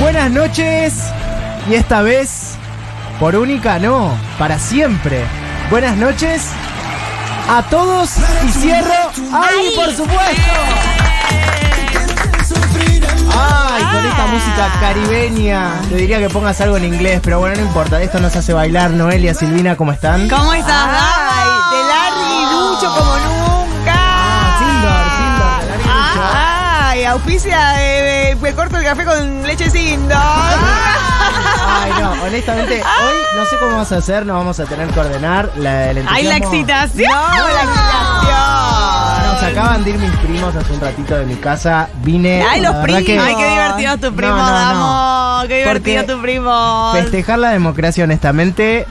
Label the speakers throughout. Speaker 1: Buenas noches. Y esta vez, por única no, para siempre. Buenas noches a todos y cierro ahí, por supuesto. Ay, con esta música caribeña. Te diría que pongas algo en inglés, pero bueno, no importa. Esto nos hace bailar. Noelia, Silvina, ¿cómo están?
Speaker 2: ¿Cómo estás?
Speaker 3: Ay, de Larry Lucho como nunca.
Speaker 1: Ah, Sindor, Sindor, Larry
Speaker 3: Ay, auspicia de, de- me corto el café con leche Sindor.
Speaker 1: Ay, no, honestamente, hoy no sé cómo vamos a hacer, nos vamos a tener que ordenar. La, el
Speaker 2: ¡Ay, la
Speaker 1: entusiasmo.
Speaker 2: excitación!
Speaker 3: No, la excitación.
Speaker 1: Nos acaban de ir mis primos hace un ratito de mi casa. Vine.
Speaker 3: Ay, los
Speaker 1: la verdad que-
Speaker 3: primos.
Speaker 2: ¡Ay, qué divertido
Speaker 1: No,
Speaker 2: tu primo,
Speaker 1: no, no.
Speaker 2: Damo! ¡Qué divertido
Speaker 1: Porque
Speaker 2: tu primo!
Speaker 1: Festejar la democracia, honestamente,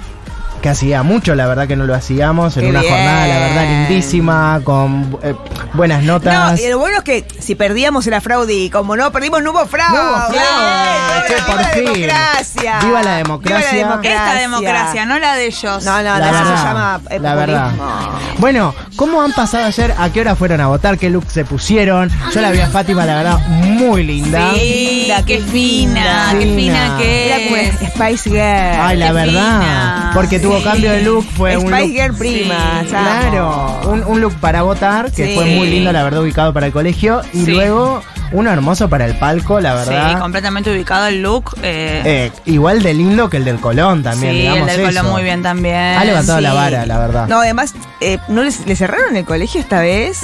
Speaker 1: que hacía mucho, la verdad que no lo hacíamos. En
Speaker 3: Qué
Speaker 1: una
Speaker 3: bien.
Speaker 1: jornada, la verdad, lindísima, con eh, buenas
Speaker 3: No,
Speaker 1: notas.
Speaker 3: y lo bueno es que si perdíamos era fraude y como no perdimos no hubo fraude.
Speaker 1: No hubo fraude.
Speaker 3: Bien,
Speaker 1: Che,
Speaker 3: viva
Speaker 1: por
Speaker 3: la
Speaker 1: fin.
Speaker 3: democracia.
Speaker 1: Viva la democracia.
Speaker 3: Viva la
Speaker 2: Esta democracia, no la de ellos.
Speaker 3: No, no,
Speaker 1: la
Speaker 3: no, eso
Speaker 1: verdad,
Speaker 3: se llama eh,
Speaker 1: la verdad.
Speaker 3: populismo.
Speaker 1: Bueno, ¿cómo han pasado ayer? ¿A qué hora fueron a votar? ¿Qué look se pusieron? Yo la vi a Fátima, la verdad, muy linda.
Speaker 2: Sí,
Speaker 3: Linda,
Speaker 2: qué
Speaker 3: qué
Speaker 2: fina, qué
Speaker 1: linda.
Speaker 2: fina
Speaker 3: Era como
Speaker 2: que es.
Speaker 3: Spice Girl.
Speaker 1: Ay, la
Speaker 2: qué
Speaker 1: verdad.
Speaker 2: fina.
Speaker 1: Porque tuvo
Speaker 2: Sí.
Speaker 1: cambio de look, fue un
Speaker 3: Spice
Speaker 1: look
Speaker 3: Girl prima.
Speaker 2: Sí,
Speaker 3: amo.
Speaker 1: Claro, un, un look para votar, que
Speaker 3: Sí.
Speaker 1: fue muy lindo, la verdad, ubicado para el colegio. Y
Speaker 2: Sí.
Speaker 1: luego, uno hermoso para el palco, la
Speaker 2: Sí,
Speaker 1: verdad.
Speaker 2: completamente ubicado el look. eh,
Speaker 1: Eh, igual de lindo que el del Colón también,
Speaker 2: sí, el
Speaker 1: digamos
Speaker 2: del color
Speaker 1: eso.
Speaker 2: muy bien también.
Speaker 1: Ha levantado la
Speaker 2: Sí.
Speaker 1: vara, la verdad.
Speaker 3: No, además, eh, ¿no les, le cerraron el colegio esta vez?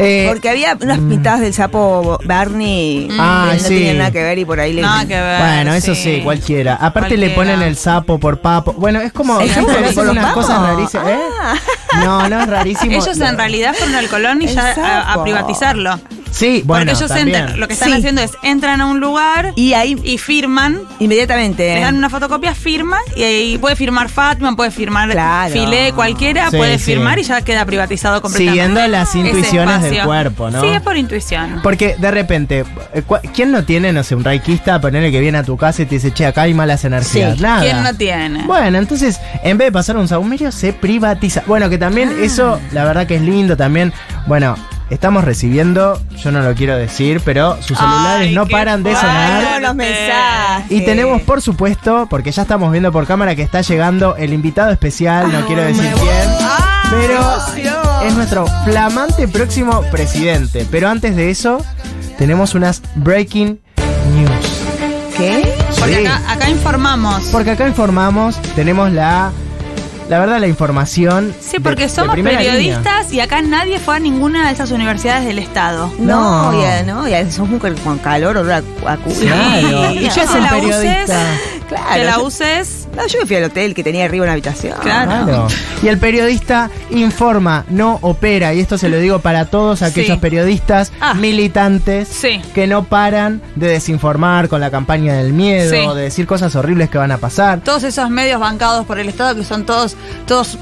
Speaker 1: Eh,
Speaker 3: Porque había unas pintadas del sapo Barney
Speaker 1: Ah,
Speaker 3: que no
Speaker 1: sí.
Speaker 3: tenían nada que ver y por ahí le...
Speaker 2: Mm. Nada que ver.
Speaker 1: bueno, eso sí, cualquiera. Aparte le
Speaker 2: Cualquiera.
Speaker 1: ponen el sapo por papo. Bueno, es como
Speaker 2: Sí,
Speaker 1: siempre
Speaker 2: ¿por
Speaker 1: dicen
Speaker 2: los
Speaker 1: unas
Speaker 3: papos?
Speaker 1: cosas rarísimas. ¿eh?
Speaker 3: Ah.
Speaker 1: No, no es rarísimo.
Speaker 2: Ellos en realidad fueron al Colón y
Speaker 3: El
Speaker 2: ya a, a
Speaker 3: sapo.
Speaker 2: privatizarlo.
Speaker 1: Sí, bueno,
Speaker 2: Porque ellos
Speaker 1: también.
Speaker 2: entran, lo que están
Speaker 3: Sí.
Speaker 2: haciendo es entran a un lugar y,
Speaker 3: Y ahí,
Speaker 2: firman,
Speaker 3: inmediatamente...
Speaker 2: les dan una fotocopia, firman y ahí puede firmar Fatman, puede firmar
Speaker 3: Claro.
Speaker 2: Filé, cualquiera,
Speaker 1: Sí,
Speaker 2: puede
Speaker 1: sí.
Speaker 2: firmar y ya queda privatizado completamente.
Speaker 1: Siguiendo las
Speaker 2: ese
Speaker 1: intuiciones del
Speaker 2: espacio.
Speaker 1: cuerpo, ¿no?
Speaker 2: Sí, es por intuición.
Speaker 1: Porque de repente, eh, cua- ¿quién no tiene, no sé, un reikiista, ponerle que viene a tu casa y te dice, che, acá hay malas energías?
Speaker 3: Sí,
Speaker 1: Nada.
Speaker 2: ¿Quién no tiene?
Speaker 1: Bueno, entonces, en vez de pasar a un saumerio, se privatiza. Bueno, que también
Speaker 2: Ah.
Speaker 1: eso, la verdad que es lindo también. Bueno, estamos recibiendo, yo no lo quiero decir, pero sus celulares
Speaker 2: Ay,
Speaker 1: no
Speaker 2: qué
Speaker 1: paran de
Speaker 2: fuerte.
Speaker 1: sonar.
Speaker 3: Ay, no, los mensajes.
Speaker 1: Y tenemos, por supuesto, porque ya estamos viendo por cámara que está llegando el invitado especial, no quiero decir quién,
Speaker 3: Ah, qué
Speaker 1: pero
Speaker 3: emoción.
Speaker 1: es nuestro flamante próximo presidente. Pero antes de eso, tenemos unas breaking news.
Speaker 3: ¿Qué?
Speaker 2: Porque
Speaker 1: Sí.
Speaker 2: acá, acá informamos.
Speaker 1: Porque acá informamos, tenemos la, la verdad, la información.
Speaker 2: Sí,
Speaker 1: de-
Speaker 2: porque
Speaker 1: de
Speaker 2: somos
Speaker 1: primera línea.
Speaker 2: periodistas y acá nadie fue a ninguna de esas universidades del Estado.
Speaker 3: No,
Speaker 1: No.
Speaker 3: ya, no, ya sos muy cal- con calor, olor a, a culo.
Speaker 1: Claro.
Speaker 2: Sí.
Speaker 1: Y ya es
Speaker 2: Que
Speaker 1: el
Speaker 2: la
Speaker 1: periodista.
Speaker 2: uses,
Speaker 3: Claro,
Speaker 2: Que la
Speaker 3: yo-
Speaker 2: uses.
Speaker 3: No, yo me fui al hotel que tenía arriba una habitación.
Speaker 2: Claro.
Speaker 1: Claro. Y el periodista informa, no opera. Y esto se lo digo para todos aquellos
Speaker 2: Sí.
Speaker 1: periodistas
Speaker 2: Ah.
Speaker 1: militantes
Speaker 2: Sí.
Speaker 1: que no paran de desinformar con la campaña del miedo,
Speaker 2: Sí.
Speaker 1: de decir cosas horribles que van a pasar.
Speaker 2: Todos esos medios bancados por el Estado que son todos, todos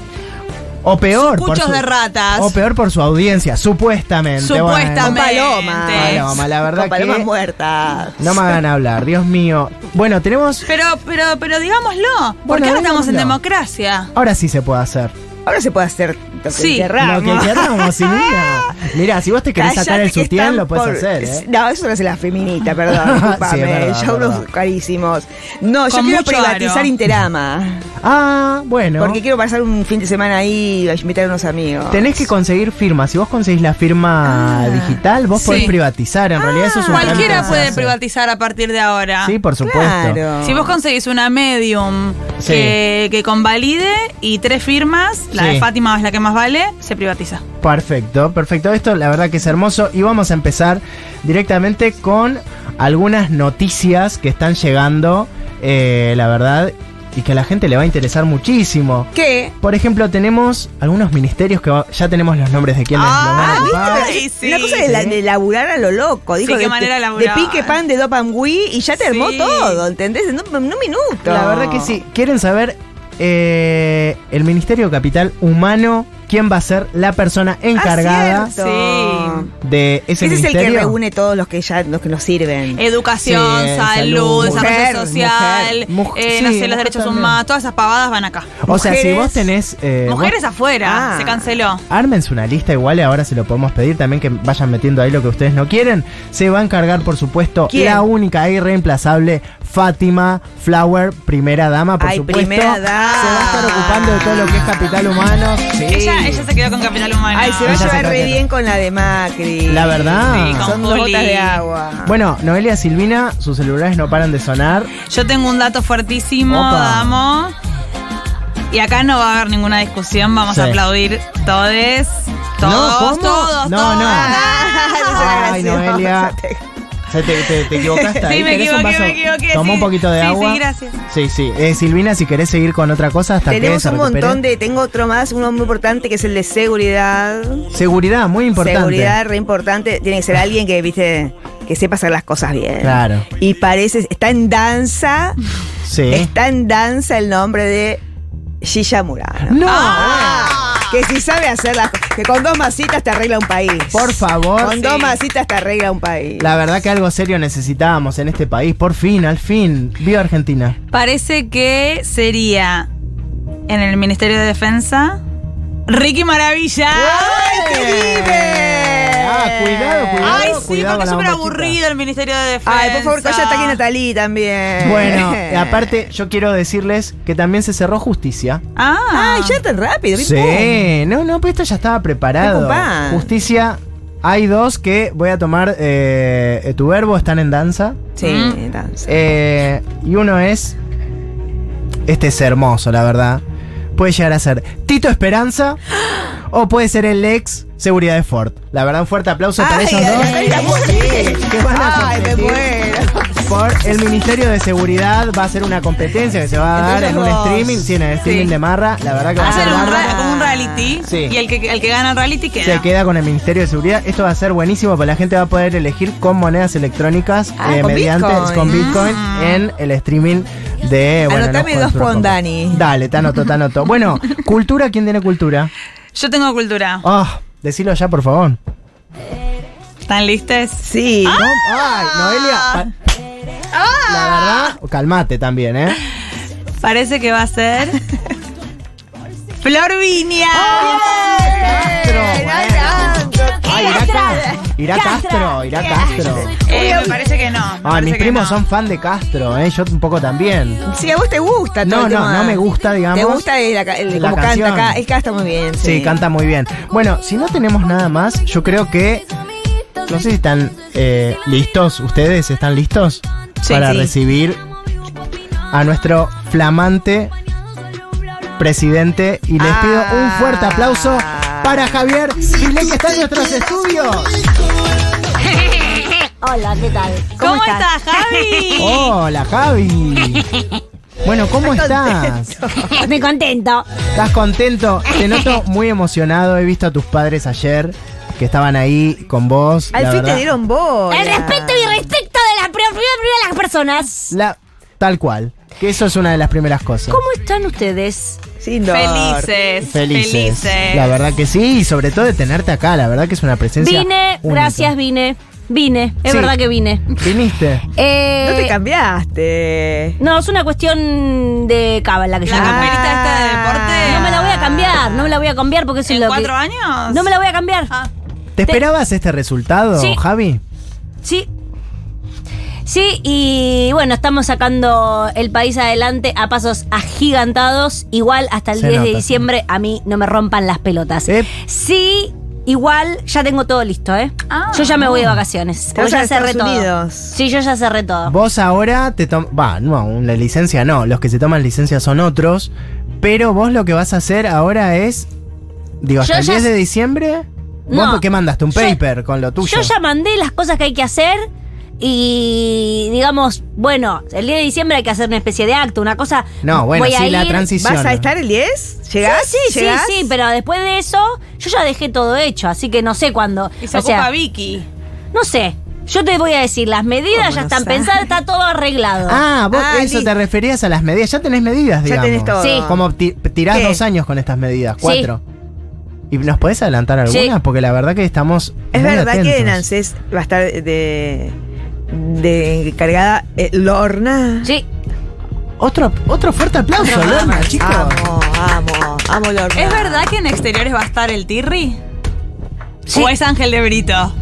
Speaker 1: O peor, por
Speaker 2: Sucuchos
Speaker 1: su-
Speaker 2: de ratas.
Speaker 1: O peor por su audiencia, supuestamente. Bueno,
Speaker 3: Con
Speaker 2: Supuestamente.
Speaker 3: palomas.
Speaker 1: Paloma, la verdad
Speaker 3: Con palomas
Speaker 1: que-
Speaker 3: muertas.
Speaker 1: no me hagan hablar, Dios mío. Bueno, tenemos.
Speaker 2: Pero, pero, pero digámoslo, porque
Speaker 1: Bueno,
Speaker 2: ahora estamos en
Speaker 1: digámoslo.
Speaker 2: democracia.
Speaker 1: Ahora sí se puede hacer.
Speaker 3: Ahora se puede hacer lo que
Speaker 2: Sí.
Speaker 3: querramos.
Speaker 1: Lo que queramos, Silvina. Mira, si vos te querés sacar
Speaker 3: Cállate
Speaker 1: el
Speaker 3: que
Speaker 1: sutién,
Speaker 3: están
Speaker 1: lo puedes
Speaker 3: por-
Speaker 1: hacer, ¿eh?
Speaker 3: No, eso lo hace la feminita, perdón, discúlpame.
Speaker 1: Sí, es verdad,
Speaker 3: ya
Speaker 1: es
Speaker 3: unos
Speaker 1: verdad.
Speaker 3: carísimos. No,
Speaker 2: Con
Speaker 3: yo quiero
Speaker 2: mucho
Speaker 3: privatizar
Speaker 2: aro.
Speaker 3: Interama.
Speaker 1: Ah, bueno.
Speaker 3: Porque quiero pasar un fin de semana ahí a invitar a unos amigos.
Speaker 1: Tenés que conseguir firma. Si vos conseguís la firma
Speaker 3: Ah,
Speaker 1: digital, vos podés
Speaker 2: sí.
Speaker 1: privatizar. En realidad eso es un trámite que
Speaker 2: Cualquiera
Speaker 1: se
Speaker 2: puede
Speaker 1: hace.
Speaker 2: privatizar a partir de ahora.
Speaker 1: Sí, por supuesto.
Speaker 3: Claro.
Speaker 2: Si vos conseguís una medium
Speaker 1: Sí.
Speaker 2: que, que convalide y tres firmas, la
Speaker 1: Sí.
Speaker 2: de Fátima es la que más vale, se privatiza.
Speaker 1: Perfecto, perfecto. Esto la verdad que es hermoso. Y vamos a empezar directamente con algunas noticias que están llegando, eh, la verdad, y que a la gente le va a interesar muchísimo.
Speaker 3: ¿Qué?
Speaker 1: Por ejemplo, tenemos algunos ministerios que va- ya tenemos los nombres de quienes lo van a
Speaker 3: Ah, ¿viste?
Speaker 1: ocupar.
Speaker 2: Ay, sí.
Speaker 3: Una cosa de, la- de laburar a lo loco. Dijo
Speaker 2: qué
Speaker 3: de,
Speaker 2: manera
Speaker 3: de
Speaker 2: laburar.
Speaker 3: pique pan, de dopamgui y ya te armó
Speaker 2: Sí.
Speaker 3: todo, ¿entendés? En un, en un minuto.
Speaker 1: La verdad que sí. ¿Quieren saber eh, el Ministerio de Capital Humano? ¿Quién va a ser la persona encargada
Speaker 3: Ah, cierto.
Speaker 2: Sí.
Speaker 1: de ese,
Speaker 3: Ese es el que
Speaker 1: ministerio?
Speaker 3: reúne todos los que ya los que nos sirven.
Speaker 2: Educación,
Speaker 1: Sí, eh, salud.
Speaker 2: salud, desarrollo
Speaker 3: Mujer,
Speaker 2: social,
Speaker 1: mujer. Muj-
Speaker 2: eh, no
Speaker 1: sí,
Speaker 2: sé, los
Speaker 1: mujer
Speaker 2: derechos
Speaker 1: también.
Speaker 2: humanos, todas esas pavadas van acá.
Speaker 1: O sea, si
Speaker 3: Mujeres.
Speaker 1: vos tenés... eh, vos-
Speaker 2: Mujeres afuera,
Speaker 3: Ah.
Speaker 2: se canceló.
Speaker 1: Ármense una lista igual, ahora se lo podemos pedir también que vayan metiendo ahí lo que ustedes no quieren. Se va a encargar, por supuesto,
Speaker 3: ¿Quién?
Speaker 1: la única e irreemplazable Fátima Flower, primera dama, por
Speaker 3: Ay,
Speaker 1: supuesto.
Speaker 3: primera dama.
Speaker 1: Se va a estar ocupando de todo lo que es capital humano. Sí.
Speaker 2: Ella, ella se quedó con Capital Humano.
Speaker 3: Ay, se va a
Speaker 1: Ella se
Speaker 3: llevar
Speaker 1: está
Speaker 3: re
Speaker 1: quedando.
Speaker 3: bien con la de Macri.
Speaker 1: La verdad.
Speaker 2: Sí, con
Speaker 3: Son dos
Speaker 2: Juli.
Speaker 3: gotas de agua.
Speaker 1: Bueno, Noelia Silvina, sus celulares no paran de sonar.
Speaker 2: Yo tengo un dato fuertísimo,
Speaker 1: Opa.
Speaker 2: damos. Y acá no va a haber ninguna discusión, vamos
Speaker 1: Sí.
Speaker 2: a aplaudir todes, todos,
Speaker 1: ¿cómo?
Speaker 2: todos,
Speaker 1: No,
Speaker 2: todos.
Speaker 1: no.
Speaker 3: Ah,
Speaker 1: Ay,
Speaker 3: eso era gracioso.
Speaker 1: Noelia. Se te, te- te equivocaste ahí.
Speaker 2: Sí, me
Speaker 1: ¿Querés un
Speaker 2: equivoqué,
Speaker 1: vaso?
Speaker 2: me equivoqué.
Speaker 1: Toma
Speaker 2: sí.
Speaker 1: un poquito de
Speaker 2: Sí,
Speaker 1: agua.
Speaker 2: Sí, gracias.
Speaker 1: Sí, sí. Eh, Silvina, si querés seguir con otra cosa hasta que
Speaker 3: Tenemos
Speaker 1: se
Speaker 3: un
Speaker 1: recupere.
Speaker 3: montón de. Tengo otro más, uno muy importante que es el de seguridad.
Speaker 1: Seguridad, muy importante.
Speaker 3: Seguridad re importante. Tiene que ser alguien que, viste, que sepa hacer las cosas bien.
Speaker 1: Claro.
Speaker 3: Y parece. Está en danza.
Speaker 1: Sí.
Speaker 3: Está en danza el nombre de Gilla Murano.
Speaker 2: Ah.
Speaker 1: ¡No! Ah.
Speaker 3: Que si sabe hacer las cosas. Que con dos masitas te arregla un país.
Speaker 1: Por favor.
Speaker 3: Con dos
Speaker 2: Sí.
Speaker 3: masitas te arregla un país.
Speaker 1: La verdad que algo serio necesitábamos en este país. Por fin, al fin. Viva Argentina.
Speaker 2: Parece que sería en el Ministerio de Defensa Ricky Maravilla.
Speaker 3: ¡Ay, qué libre!
Speaker 1: Ah, cuidado, cuidado.
Speaker 2: Ay,
Speaker 1: cuidado
Speaker 2: sí, porque es
Speaker 1: con la
Speaker 2: súper
Speaker 1: bombachita.
Speaker 2: aburrido el Ministerio de Defensa.
Speaker 3: Ay, por favor, callate aquí Natalí también.
Speaker 1: Bueno, aparte, yo quiero decirles que también se cerró justicia.
Speaker 2: Ah,
Speaker 3: Ay, ya tan rápido. pim, pum.
Speaker 1: Sí, no, no, pero esto ya estaba preparado.
Speaker 3: Preocupante.
Speaker 1: Justicia, hay dos que voy a tomar eh, eh, tu verbo, están en danza.
Speaker 3: Sí,
Speaker 2: Mm.
Speaker 3: danza.
Speaker 1: Eh, y uno es. Este es hermoso, la verdad. Puede llegar a ser Tito Esperanza o puede ser el ex seguridad de Ford. La verdad, un fuerte aplauso para
Speaker 3: Ay,
Speaker 1: esos
Speaker 3: ay,
Speaker 1: dos.
Speaker 3: ay, la mujer.
Speaker 1: que van a
Speaker 3: Ay, me
Speaker 1: competir
Speaker 3: muero.
Speaker 1: por el Ministerio de Seguridad va a ser una competencia que se va a dar
Speaker 3: Entre
Speaker 1: en
Speaker 3: ellos
Speaker 1: un
Speaker 3: dos. Ah,
Speaker 1: streaming, sí, en el streaming de Marra, la verdad que va a
Speaker 2: Hacen
Speaker 1: ser
Speaker 2: un,
Speaker 1: bárbaro.
Speaker 2: ra- como un reality
Speaker 1: Ah. Sí.
Speaker 2: y el que, el que gana el reality queda.
Speaker 1: Se queda con el Ministerio de Seguridad. Esto va a ser buenísimo porque la gente va a poder elegir con monedas electrónicas
Speaker 3: Ah,
Speaker 1: eh,
Speaker 3: con
Speaker 1: mediante
Speaker 3: Bitcoin.
Speaker 1: con Bitcoin en el streaming de. Bueno,
Speaker 3: Anotame
Speaker 1: no,
Speaker 3: dos
Speaker 1: Juan,
Speaker 3: con
Speaker 1: Juan.
Speaker 3: Dani.
Speaker 1: Dale, te anoto, te anoto. Bueno, cultura, ¿quién tiene cultura?
Speaker 2: Yo tengo cultura.
Speaker 1: Ah, decilo ya, por favor.
Speaker 2: ¿Están listes?
Speaker 3: Sí.
Speaker 1: No, Ay, Noelia. pa-
Speaker 3: Ah.
Speaker 1: La verdad, calmate también, ¿eh?
Speaker 2: Parece que va a ser. Flor Viña.
Speaker 1: Castro,
Speaker 3: Ay,
Speaker 1: bueno.
Speaker 3: tanto.
Speaker 1: Ay, irá, Ca- irá Castro, irá Castro.
Speaker 2: Eh, me parece que no. me
Speaker 1: Ah,
Speaker 2: parece
Speaker 1: mis
Speaker 2: que
Speaker 1: primos
Speaker 2: no.
Speaker 1: son fan de Castro, ¿eh? Yo un poco también.
Speaker 3: Sí, a vos te gusta todo
Speaker 1: No,
Speaker 3: el
Speaker 1: no,
Speaker 3: tema.
Speaker 1: no me gusta, digamos.
Speaker 3: Te gusta el, el-
Speaker 1: La
Speaker 3: como
Speaker 1: canción.
Speaker 3: canta acá. Él canta muy bien. Sí,
Speaker 1: Sí, canta muy bien. Bueno, si no tenemos nada más, yo creo que. No sé si están eh, listos. ¿Ustedes están listos?
Speaker 3: Sí,
Speaker 1: para
Speaker 3: sí.
Speaker 1: recibir a nuestro flamante presidente. Y les pido un fuerte aplauso para Javier Vilén, que está en nuestros estudios.
Speaker 4: Hola, ¿qué tal?
Speaker 2: ¿Cómo, estás, Javi?
Speaker 1: Hola, Javi. Bueno, ¿cómo estás?
Speaker 4: Me contento.
Speaker 1: ¿Estás contento? Te noto muy emocionado. He visto a tus padres ayer que estaban ahí con vos.
Speaker 3: Al
Speaker 1: la
Speaker 3: fin
Speaker 1: verdad.
Speaker 3: te dieron vos.
Speaker 4: El respeto y respecto de la prioridad de las personas.
Speaker 1: La, tal cual. Que eso es una de las primeras cosas.
Speaker 4: ¿Cómo están ustedes?
Speaker 3: Sin dolor.
Speaker 2: Felices.
Speaker 1: Felices.
Speaker 2: Felices.
Speaker 1: La verdad que sí, y sobre todo de tenerte acá, la verdad que es una presencia.
Speaker 4: Vine,
Speaker 1: única.
Speaker 4: gracias, vine. Vine, es
Speaker 1: Sí.
Speaker 4: verdad que vine.
Speaker 1: Viniste.
Speaker 4: Eh,
Speaker 3: No te cambiaste.
Speaker 4: no, es una cuestión de cábala que yo
Speaker 2: La
Speaker 3: Ah.
Speaker 4: no-
Speaker 2: camperita esta de deporte.
Speaker 4: No me la voy a cambiar, no me la voy a cambiar porque eso es
Speaker 2: ¿En
Speaker 4: lo
Speaker 2: cuatro
Speaker 4: que...
Speaker 2: años?
Speaker 4: No me la voy a cambiar.
Speaker 2: Ah.
Speaker 1: ¿Te esperabas este resultado,
Speaker 4: Sí.
Speaker 1: Javi?
Speaker 4: Sí. Sí, y bueno, estamos sacando el país adelante a pasos agigantados. Igual hasta el
Speaker 1: Se
Speaker 4: 10 de
Speaker 1: nota.
Speaker 4: diciembre a mí no me rompan las pelotas.
Speaker 1: Eh.
Speaker 4: Sí, igual ya tengo todo listo, ¿eh?
Speaker 2: Ah.
Speaker 4: yo ya me voy de vacaciones.
Speaker 3: Te vas
Speaker 4: porque ya
Speaker 3: a Estados
Speaker 4: todo.
Speaker 3: Unidos.
Speaker 4: Sí, yo ya cerré todo.
Speaker 1: Vos ahora te tomas. Va, no, una licencia no. Los que se toman licencia son otros. Pero vos lo que vas a hacer ahora es. Digo, hasta
Speaker 4: Yo
Speaker 1: el
Speaker 4: ya
Speaker 1: 10 de
Speaker 4: s-
Speaker 1: diciembre.
Speaker 4: No.
Speaker 1: ¿Vos qué mandaste? ¿Un
Speaker 4: Yo-
Speaker 1: paper con lo tuyo?
Speaker 4: Yo ya mandé las cosas que hay que hacer y digamos, bueno, el 10 de diciembre hay que hacer una especie de acto, una cosa...
Speaker 1: No, bueno,
Speaker 4: voy a
Speaker 1: sí, la
Speaker 4: ir-
Speaker 1: transición.
Speaker 3: ¿Vas a estar el 10? ¿Llegás?
Speaker 4: Sí, sí,
Speaker 3: ¿Llegás?
Speaker 4: sí, sí, pero después de eso, yo ya dejé todo hecho, así que no sé cuándo.
Speaker 2: Y se
Speaker 4: o
Speaker 2: ocupa
Speaker 4: sea,
Speaker 2: Vicky.
Speaker 4: no sé. Yo te voy a decir, las medidas
Speaker 3: ¿Cómo
Speaker 4: ya
Speaker 3: no
Speaker 4: están
Speaker 3: sabe?
Speaker 4: pensadas, está todo arreglado.
Speaker 1: Ah, vos
Speaker 3: Ah,
Speaker 1: eso
Speaker 3: li-
Speaker 1: te referías a las medidas. Ya tenés medidas,
Speaker 3: Ya
Speaker 1: digamos.
Speaker 3: tenés todo.
Speaker 4: Sí.
Speaker 1: Como ti- tirás
Speaker 3: ¿Qué?
Speaker 1: dos años con estas medidas,
Speaker 4: Sí.
Speaker 1: cuatro. ¿Y nos podés adelantar algunas?
Speaker 4: Sí.
Speaker 1: Porque la verdad que estamos.
Speaker 3: Es
Speaker 1: muy
Speaker 3: verdad
Speaker 1: atentos.
Speaker 3: que en ANSES va a estar de, de encargada eh, Lorna.
Speaker 4: Sí.
Speaker 1: Otro, otro fuerte aplauso, Lorna, chicos.
Speaker 3: Amo, amo, amo Lorna.
Speaker 2: ¿Es verdad que en exteriores va a estar el Tirri?
Speaker 4: Sí.
Speaker 2: ¿O es Ángel de Brito?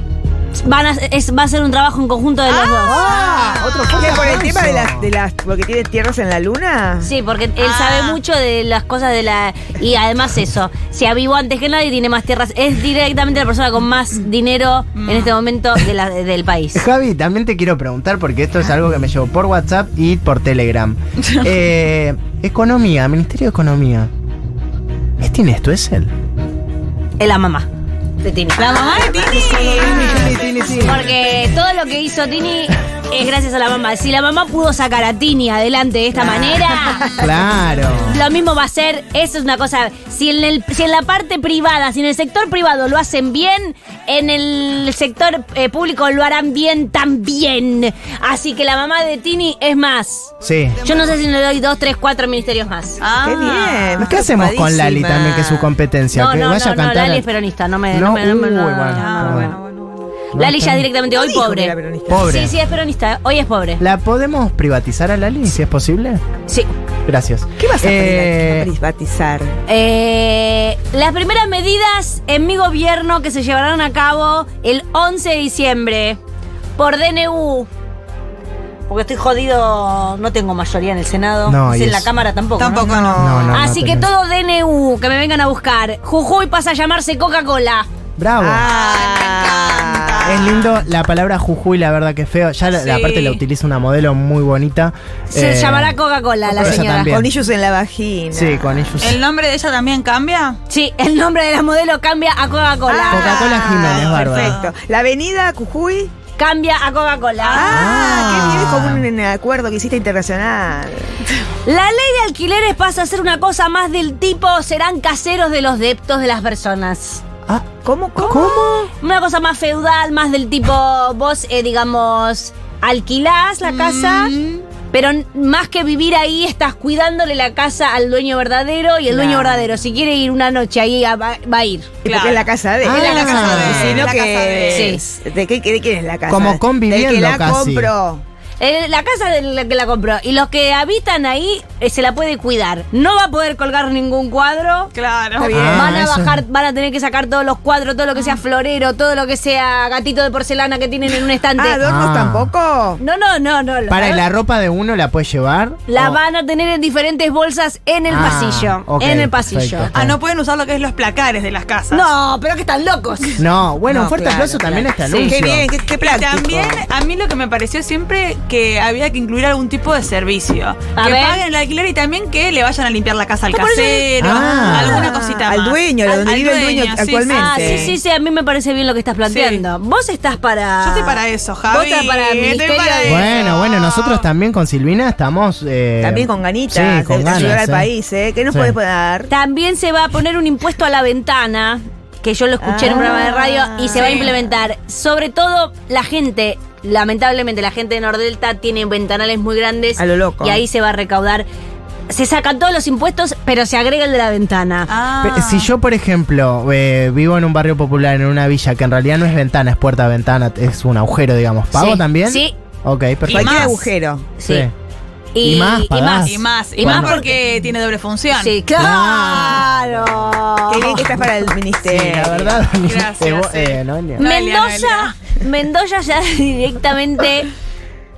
Speaker 4: van a, es- va a ser un trabajo en conjunto de los
Speaker 1: ¡Ah! Otro fuerte
Speaker 3: ¿Qué, por el
Speaker 1: aplauso.
Speaker 3: tema de las, de las. Porque tiene tierras en la luna.
Speaker 4: dos. Sí, porque él
Speaker 2: Ah.
Speaker 4: sabe mucho de las cosas de la... Y además eso, se avivó antes que nadie, tiene más tierras, es directamente la persona con más dinero
Speaker 2: Mm.
Speaker 4: en este momento de la- del país.
Speaker 1: Javi, también te quiero preguntar, porque esto es algo que me llevo por WhatsApp y por Telegram. Eh, economía, Ministerio de Economía. ¿Es Tini él?
Speaker 4: Es la mamá de Tini.
Speaker 2: La mamá de Tini.
Speaker 4: Porque todo lo que hizo Tini es gracias a la mamá. Si la mamá pudo sacar a Tini adelante de esta
Speaker 1: Ah.
Speaker 4: manera...
Speaker 1: Claro.
Speaker 4: Lo mismo va a ser, eso es una cosa, si en, el, si en la parte privada, si en el sector privado lo hacen bien, en el sector eh, público lo harán bien también. Así que la mamá de Tini es más.
Speaker 1: Sí.
Speaker 4: Yo no sé si le doy dos, tres, cuatro ministerios más.
Speaker 2: Ah.
Speaker 3: Qué bien.
Speaker 1: ¿Qué hacemos con Lali
Speaker 3: Ocupadísima.
Speaker 1: también, que es su competencia?
Speaker 4: No,
Speaker 1: que
Speaker 4: no,
Speaker 1: vaya
Speaker 4: no,
Speaker 1: a cantar.
Speaker 4: no,
Speaker 1: al-
Speaker 4: Lali es peronista, no me...
Speaker 1: No,
Speaker 4: No, me- no me-
Speaker 1: uy,
Speaker 4: no,
Speaker 1: bueno,
Speaker 4: no,
Speaker 2: Ah,
Speaker 1: no.
Speaker 4: bueno, bueno, bueno. Lali ya directamente, hoy
Speaker 3: dijo que
Speaker 4: pobre.
Speaker 3: era peronista.
Speaker 1: Pobre.
Speaker 4: Sí, sí, es peronista, hoy es pobre.
Speaker 1: ¿La podemos privatizar a Lali, si es posible?
Speaker 4: Sí.
Speaker 1: Gracias.
Speaker 3: ¿Qué vas a
Speaker 1: Eh,
Speaker 3: privatizar?
Speaker 4: Eh, las primeras medidas en mi gobierno que se llevarán a cabo el 11 de diciembre por DNU. Porque estoy jodido, no tengo mayoría en el Senado,
Speaker 1: No,
Speaker 4: y
Speaker 1: y
Speaker 4: en la
Speaker 1: es-
Speaker 4: Cámara tampoco. ¿no?
Speaker 5: Tampoco
Speaker 1: No,
Speaker 5: no.
Speaker 1: no, no
Speaker 4: Así Ah, que
Speaker 1: tenés.
Speaker 4: todo DNU, que me vengan a buscar. Jujuy pasa a llamarse Coca-Cola.
Speaker 1: Bravo.
Speaker 3: Ah,
Speaker 1: Es lindo la palabra jujuy, la verdad que es feo. Ya la, la
Speaker 2: Sí.
Speaker 1: parte la utiliza una modelo muy bonita.
Speaker 4: Se
Speaker 1: Eh,
Speaker 4: llamará Coca-Cola la
Speaker 1: esa
Speaker 4: señora.
Speaker 1: también.
Speaker 3: Conillos en la vagina.
Speaker 1: Sí, con ellos.
Speaker 2: ¿El nombre de ella también cambia?
Speaker 4: Sí, el nombre de la modelo cambia a Coca-Cola.
Speaker 1: Coca-Cola Jiménez, bárbaro.
Speaker 3: Ah, Perfecto. La avenida Cujuy.
Speaker 4: Cambia a Coca-Cola.
Speaker 3: Ah,
Speaker 1: Ah.
Speaker 3: qué bien, es como un acuerdo que hiciste internacional.
Speaker 4: La ley de alquileres pasa a ser una cosa más del tipo serán caseros de los deptos de las personas.
Speaker 1: Ah,
Speaker 3: ¿Cómo? ¿Cómo?
Speaker 4: Una cosa más feudal, más del tipo vos, eh, digamos, alquilás la casa, pero n- más que vivir ahí estás cuidándole la casa al dueño verdadero y el dueño
Speaker 3: Claro.
Speaker 4: verdadero si quiere ir una noche ahí a- va, va a ir.
Speaker 3: Y
Speaker 2: Claro.
Speaker 3: Porque es la casa de él.
Speaker 1: Ah.
Speaker 3: Es la casa
Speaker 1: Ah.
Speaker 3: de él.
Speaker 1: Es
Speaker 3: Sino
Speaker 2: la casa de
Speaker 3: que
Speaker 4: él.
Speaker 3: es- ¿De, qué, de quién es la casa?
Speaker 1: Como conviviendo
Speaker 3: Del que la
Speaker 1: casi.
Speaker 3: compró.
Speaker 4: Eh, la casa de la que la compró y los que habitan ahí eh, se la puede cuidar. No va a poder colgar ningún cuadro.
Speaker 2: Claro.
Speaker 3: Está bien.
Speaker 1: Ah,
Speaker 4: Van a
Speaker 1: eso.
Speaker 4: bajar, van a tener que sacar todos los cuadros, todo lo que sea florero, todo lo que sea gatito de porcelana que tienen en un estante.
Speaker 3: Ah, ¿adornos
Speaker 1: Ah.
Speaker 3: tampoco?
Speaker 4: no, no, no, no. los
Speaker 1: Para, ¿y
Speaker 4: ador-
Speaker 1: la ropa de uno la puede llevar? Oh.
Speaker 4: la
Speaker 1: O-
Speaker 4: van a tener en diferentes bolsas en el
Speaker 1: Ah,
Speaker 4: pasillo.
Speaker 1: ok,
Speaker 4: en el pasillo.
Speaker 1: perfecto.
Speaker 2: Ah, no pueden usar lo que es los placares de las casas.
Speaker 4: No, pero que están locos.
Speaker 1: No, bueno, un
Speaker 3: No,
Speaker 1: fuerte
Speaker 3: claro,
Speaker 1: aplauso también a este
Speaker 3: Sí,
Speaker 1: anuncio.
Speaker 3: qué bien, qué, qué
Speaker 2: Y
Speaker 3: práctico.
Speaker 2: También a mí lo que me pareció siempre que había que incluir algún tipo de servicio. que
Speaker 4: ver.
Speaker 2: paguen el alquiler y también que le vayan a limpiar la casa al
Speaker 4: Ah, por eso-
Speaker 2: casero,
Speaker 1: Ah.
Speaker 2: alguna cosita
Speaker 3: Al
Speaker 2: más.
Speaker 3: dueño, donde vive el dueño
Speaker 2: sí, sí.
Speaker 3: actualmente.
Speaker 4: Ah, sí, sí, sí, a mí me parece bien lo que estás planteando. Vos estás para.
Speaker 2: Yo estoy para eso, Javi.
Speaker 4: Vos estás para el
Speaker 2: Estoy
Speaker 4: Ministerio
Speaker 2: para
Speaker 4: de-
Speaker 2: eso.
Speaker 1: Bueno, bueno, nosotros también con Silvina estamos. eh,
Speaker 3: También con ganitas.
Speaker 1: Sí, con
Speaker 3: de- de
Speaker 1: ganas.
Speaker 3: ayudar al
Speaker 1: eh.
Speaker 3: país, ¿eh? ¿Qué nos
Speaker 1: Sí.
Speaker 3: podés dar?
Speaker 4: También se va a poner un impuesto a la ventana, que yo lo escuché en un
Speaker 3: Ah,
Speaker 4: programa de radio, y se va a
Speaker 2: sí.
Speaker 4: implementar. Sobre todo la gente, lamentablemente la gente de Nordelta tiene ventanales muy grandes.
Speaker 3: A lo loco.
Speaker 4: Y ahí se va a recaudar. Se sacan todos los impuestos, pero se agrega el de la ventana.
Speaker 2: Ah.
Speaker 1: Pe- Si yo, por ejemplo, eh, vivo en un barrio popular, en una villa, que en realidad no es ventana, es puerta ventana, es un agujero, digamos, ¿pago
Speaker 4: Sí,
Speaker 1: también?
Speaker 4: sí.
Speaker 1: Ok, perfecto.
Speaker 3: Cualquier
Speaker 2: más.
Speaker 3: agujero.
Speaker 4: sí.
Speaker 1: Y más
Speaker 4: y más.
Speaker 1: pagás.
Speaker 2: Y más, y
Speaker 1: Bueno.
Speaker 2: más porque tiene doble función.
Speaker 4: Sí, claro.
Speaker 3: Qué bien que estás para el ministerio.
Speaker 1: Sí, la verdad.
Speaker 2: Gracias,
Speaker 1: eh, vos-
Speaker 2: sí.
Speaker 1: eh, no, ni-
Speaker 2: No. Noelia,
Speaker 4: Mendoza, Mendoza ya directamente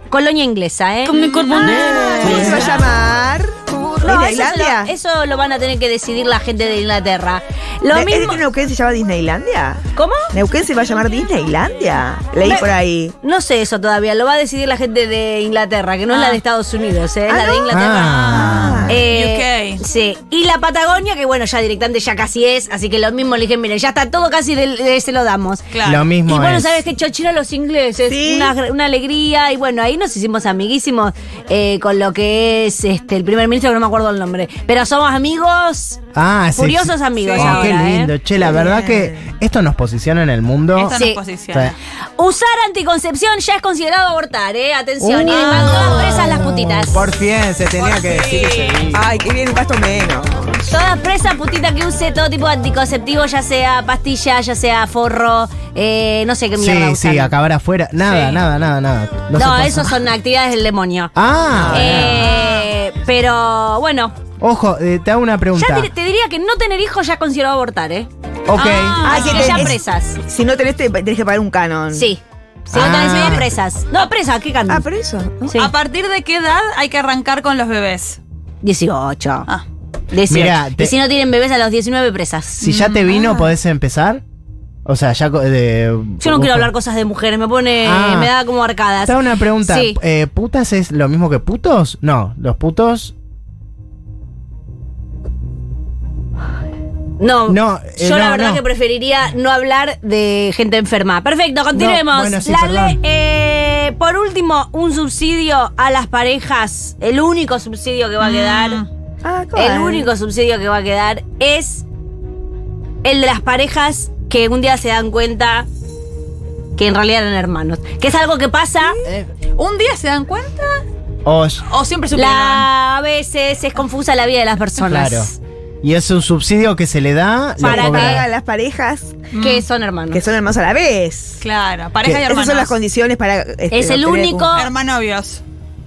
Speaker 4: colonia inglesa, ¿eh? Ah,
Speaker 3: ¿Cómo se va a llamar? ¿Es
Speaker 4: No, eso, se
Speaker 3: ¿Disneylandia?
Speaker 4: lo, eso lo van a tener que decidir la gente de Inglaterra. Lo
Speaker 3: ¿Es
Speaker 4: mismo.
Speaker 3: que Neuquén se llama Disneylandia?
Speaker 4: ¿Cómo?
Speaker 3: ¿Neuquén se va a llamar Disneylandia? Leí
Speaker 4: Me-
Speaker 3: por ahí.
Speaker 4: No sé eso todavía, lo va a decidir la gente de Inglaterra, que no es la de Estados Unidos, ¿eh? es
Speaker 3: Ah,
Speaker 4: la de
Speaker 3: ¿no?
Speaker 4: Inglaterra.
Speaker 1: Ah.
Speaker 4: Eh,
Speaker 2: UK.
Speaker 4: Sí, y la Patagonia, que bueno, ya directamente ya casi es, así que lo mismo le dije, miren, ya está todo casi, del- de- se lo damos.
Speaker 2: Claro.
Speaker 1: Lo mismo.
Speaker 4: Y bueno,
Speaker 1: es.
Speaker 4: sabes que chochira los ingleses,
Speaker 3: Sí.
Speaker 4: una, una alegría. Y bueno, ahí nos hicimos amiguísimos eh, con lo que es este el primer ministro, que no me acuerdo el nombre. Pero somos amigos.
Speaker 1: Ah, sí,
Speaker 4: Furiosos
Speaker 1: sí.
Speaker 4: amigos
Speaker 1: Oh,
Speaker 4: ahora,
Speaker 1: qué lindo.
Speaker 4: ¿eh?
Speaker 1: Che, la verdad que esto nos posiciona en el mundo.
Speaker 2: Esto
Speaker 4: Sí.
Speaker 2: nos posiciona.
Speaker 1: Sí.
Speaker 4: Usar anticoncepción ya es considerado abortar, ¿eh? Atención, y van todas presas las putitas.
Speaker 1: Ah. Por fin, se tenía que decir que se dijo.
Speaker 3: Ay, qué bien, un gasto menos.
Speaker 4: Toda presa putita que use todo tipo de anticonceptivo, ya sea pastilla, ya sea forro, eh, no sé qué mierda.
Speaker 1: Sí,
Speaker 4: usan.
Speaker 1: sí, acabar afuera. Nada,
Speaker 2: Sí.
Speaker 1: nada, nada, nada. No, se
Speaker 4: No,
Speaker 1: pasa.
Speaker 4: eso son actividades del demonio.
Speaker 1: Ah,
Speaker 4: Eh, pero bueno,
Speaker 1: ojo, eh, te hago una pregunta.
Speaker 4: Ya te, te diría que no tener hijos ya considero abortar, ¿eh?
Speaker 1: Ok.
Speaker 4: Ah,
Speaker 3: Ah,
Speaker 4: que
Speaker 3: que te-
Speaker 4: ya
Speaker 3: es-
Speaker 4: presas.
Speaker 3: Si no tenés, te, tenés que pagar un canon.
Speaker 4: Sí. Si no
Speaker 1: Ah.
Speaker 4: tenés idea, presas. No, presas, ¿qué
Speaker 3: Ah,
Speaker 4: cambio?
Speaker 3: pero eso. ¿no?
Speaker 4: Sí.
Speaker 2: ¿A partir de qué edad hay que arrancar con los bebés?
Speaker 4: 18.
Speaker 2: Ah.
Speaker 4: 18.
Speaker 1: Mirá, te-
Speaker 4: Y si no tienen bebés a los 19, presas.
Speaker 1: Si ya te vino, ¿podés empezar? O sea, ya... co- De,
Speaker 4: Ah. Yo no quiero hablar cosas de mujeres, me pone.
Speaker 1: Ah.
Speaker 4: me da como arcadas.
Speaker 1: Te hago una pregunta.
Speaker 4: Sí.
Speaker 1: eh, ¿Putas es lo mismo que putos? No, los putos...
Speaker 4: No,
Speaker 1: No, eh,
Speaker 4: yo la
Speaker 1: no,
Speaker 4: verdad
Speaker 1: no.
Speaker 4: que preferiría no hablar de gente enferma. Perfecto, continuemos.
Speaker 1: No, bueno, sí,
Speaker 4: La
Speaker 1: perdón.
Speaker 4: ley- eh, por último, un subsidio a las parejas. El único subsidio que va a
Speaker 1: Mm,
Speaker 4: quedar.
Speaker 3: Ah,
Speaker 4: El
Speaker 3: ¿cuál?
Speaker 4: único subsidio que va a quedar es el de las parejas que un día se dan cuenta que en realidad eran hermanos. Que es algo que pasa.
Speaker 2: ¿Un día se dan cuenta?
Speaker 1: Os...
Speaker 2: ¿O siempre supieron?
Speaker 4: La, a veces es confusa la vida de las personas.
Speaker 1: Claro. Y es un subsidio que se le da... lo
Speaker 4: Para
Speaker 1: cobra.
Speaker 3: Paga a las parejas
Speaker 4: Que son hermanos.
Speaker 3: que son hermanos a la vez.
Speaker 2: Claro, pareja
Speaker 1: ¿Qué?
Speaker 2: y
Speaker 3: Esas
Speaker 2: hermanos.
Speaker 3: son las condiciones para. este,
Speaker 4: Es el
Speaker 3: obtener
Speaker 4: único-
Speaker 3: un-
Speaker 2: Hermanovios.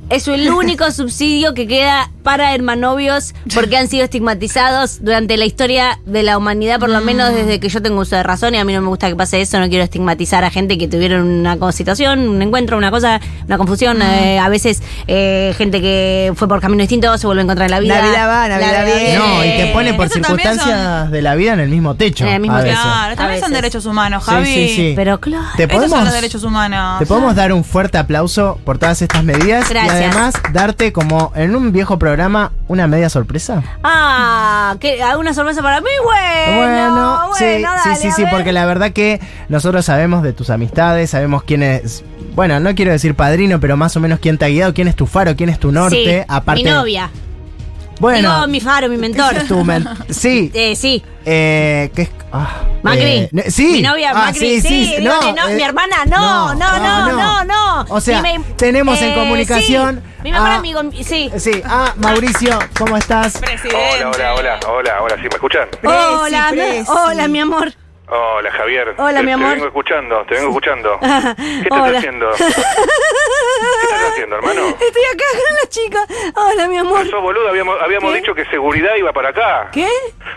Speaker 4: Es el único subsidio que queda para hermanovios porque han sido estigmatizados durante la historia de la humanidad, por
Speaker 1: Mm.
Speaker 4: lo menos desde que yo tengo uso de razón y a mí no me gusta que pase eso, no quiero estigmatizar a gente que tuvieron una co- situación, un encuentro, una cosa, una confusión,
Speaker 1: Mm.
Speaker 4: eh, a veces eh, gente que fue por caminos distintos se vuelve a encontrar en la vida.
Speaker 3: La vida va, la vida viene.
Speaker 1: No, y te
Speaker 4: Eh,
Speaker 1: pone por
Speaker 2: Eso también
Speaker 1: circunstancias de la vida en el mismo techo.
Speaker 4: En el mismo
Speaker 1: a
Speaker 4: techo.
Speaker 1: veces.
Speaker 2: Claro,
Speaker 4: A
Speaker 2: también son
Speaker 4: veces.
Speaker 2: derechos humanos,
Speaker 1: Sí,
Speaker 2: Javi.
Speaker 1: sí, sí.
Speaker 4: Pero claro.
Speaker 1: ¿Te
Speaker 2: Estos
Speaker 1: podemos,
Speaker 2: son los derechos humanos.
Speaker 1: te podemos dar un fuerte aplauso por todas estas medidas
Speaker 4: Gracias.
Speaker 1: y además darte como en un viejo programa una media sorpresa.
Speaker 4: Ah, que alguna sorpresa para mí, bueno. Eh, Bueno,
Speaker 1: sí,
Speaker 4: dale,
Speaker 1: sí, sí,
Speaker 4: a
Speaker 1: sí,
Speaker 4: ver.
Speaker 1: porque la verdad que nosotros sabemos de tus amistades, sabemos quién es, bueno, no quiero decir padrino, pero más o menos quién te ha guiado, quién es tu faro, quién es tu norte,
Speaker 4: Sí,
Speaker 1: aparte.
Speaker 4: Mi novia.
Speaker 1: Bueno,
Speaker 4: Digo, mi faro, mi mentor.
Speaker 1: tu men- sí,
Speaker 4: Eh, sí.
Speaker 1: eh, que es ah,
Speaker 4: Macri.
Speaker 1: eh, no- sí.
Speaker 4: Mi novia
Speaker 1: Ah,
Speaker 4: Macri. Sí, digo que no,
Speaker 1: eh,
Speaker 4: mi hermana, no, no, no, no, no.
Speaker 1: O sea,
Speaker 4: Mi me-
Speaker 1: tenemos en
Speaker 4: eh,
Speaker 1: comunicación
Speaker 4: sí, mi mejor
Speaker 1: a-
Speaker 4: amigo, mi- sí.
Speaker 1: Sí, ah, Mauricio, ¿cómo estás?
Speaker 2: Presidente.
Speaker 6: Hola, hola, hola, hola, hola, ¿sí me escuchan?
Speaker 3: Presi,
Speaker 4: hola, mi-
Speaker 3: Presi.
Speaker 4: hola, mi amor.
Speaker 6: Hola, Javier.
Speaker 4: Hola,
Speaker 6: Te-
Speaker 4: mi amor.
Speaker 6: Te vengo escuchando, te vengo escuchando. ¿Qué estás
Speaker 4: Hola.
Speaker 6: haciendo? ¿Qué estás haciendo, hermano?
Speaker 4: Estoy acá con la chica. Hola, mi amor.
Speaker 6: Sos boludo, habíamos, habíamos
Speaker 4: ¿Qué?
Speaker 6: dicho que seguridad iba para acá.
Speaker 4: ¿Qué?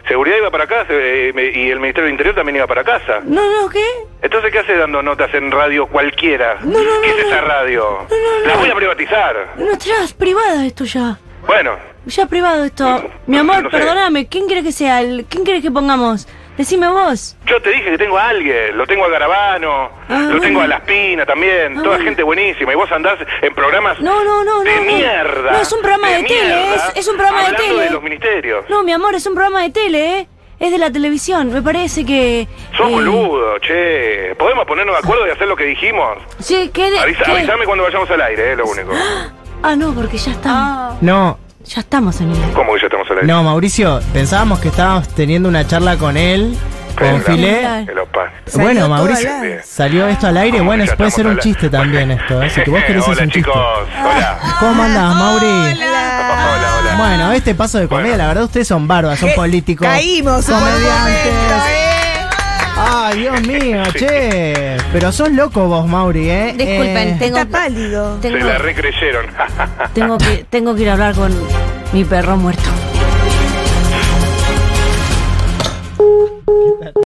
Speaker 6: Seguridad iba para acá se- eh, me- y el Ministerio del Interior también iba para casa.
Speaker 4: No, no, ¿qué?
Speaker 6: Entonces, ¿qué haces dando notas en radio cualquiera? ¿Qué es esa radio? La voy a privatizar.
Speaker 4: Nuestras privadas esto ya.
Speaker 6: Bueno,
Speaker 4: Ya privado esto. Mi amor,
Speaker 6: No sé.
Speaker 4: perdóname. ¿Quién crees que sea? el- ¿Quién crees que pongamos? Decime vos.
Speaker 6: yo te dije que tengo a alguien, lo tengo a Garabano,
Speaker 4: Ah,
Speaker 6: lo tengo
Speaker 4: bueno. Ah,
Speaker 6: a Laspina también, toda
Speaker 4: bueno.
Speaker 6: gente buenísima. Y vos andás en programas
Speaker 4: No, no, no,
Speaker 6: de
Speaker 4: no. no.
Speaker 6: mierda.
Speaker 4: No, es un programa de, tele,
Speaker 6: mierda,
Speaker 4: es, es un programa de
Speaker 6: hablando
Speaker 4: tele.
Speaker 6: de los ministerios.
Speaker 4: No, mi amor, es un programa de tele, ¿eh? Es de la televisión, me parece que...
Speaker 6: Sos
Speaker 4: eh,
Speaker 6: boludo, che. ¿Podemos ponernos de acuerdo y hacer lo que dijimos?
Speaker 4: Sí, ¿qué? de-
Speaker 6: Avisa-
Speaker 4: qué?
Speaker 6: avisame cuando vayamos al aire, es lo único.
Speaker 4: Ah, no, porque ya estamos.
Speaker 2: Ah.
Speaker 1: No,
Speaker 4: Ya estamos en el...
Speaker 6: ¿Cómo que ya estamos al aire?
Speaker 1: no, Mauricio, pensábamos que estábamos teniendo una charla con él, con
Speaker 6: Claro.
Speaker 1: Filé.
Speaker 6: Que los pa-
Speaker 3: Salió
Speaker 1: Bueno,
Speaker 3: todo
Speaker 1: Mauricio,
Speaker 3: al
Speaker 6: aire.
Speaker 1: salió esto al aire.
Speaker 6: ¿Cómo
Speaker 1: Bueno,
Speaker 6: que ya
Speaker 1: puede
Speaker 6: estamos
Speaker 1: ser un
Speaker 6: al aire?
Speaker 1: chiste también esto, ¿eh? Si que vos querés es
Speaker 6: hola,
Speaker 1: un chiste.
Speaker 6: chicos. Hola.
Speaker 1: ¿Cómo andás, Mauri?
Speaker 6: Hola, hola.
Speaker 1: Bueno, este paso de comedia,
Speaker 6: Bueno.
Speaker 1: la verdad, ustedes son bárbaros, son
Speaker 3: Eh,
Speaker 1: políticos.
Speaker 3: Caímos, por un momento,
Speaker 1: comediantes.
Speaker 3: ¿eh?
Speaker 1: Ay, Dios mío, che. Pero sos loco vos, Mauri, ¿eh?
Speaker 4: Disculpen,
Speaker 1: Eh,
Speaker 4: tengo,
Speaker 3: Está pálido.
Speaker 6: Se
Speaker 4: tengo,
Speaker 6: la recreyeron.
Speaker 4: tengo que, tengo que ir a hablar con mi perro muerto.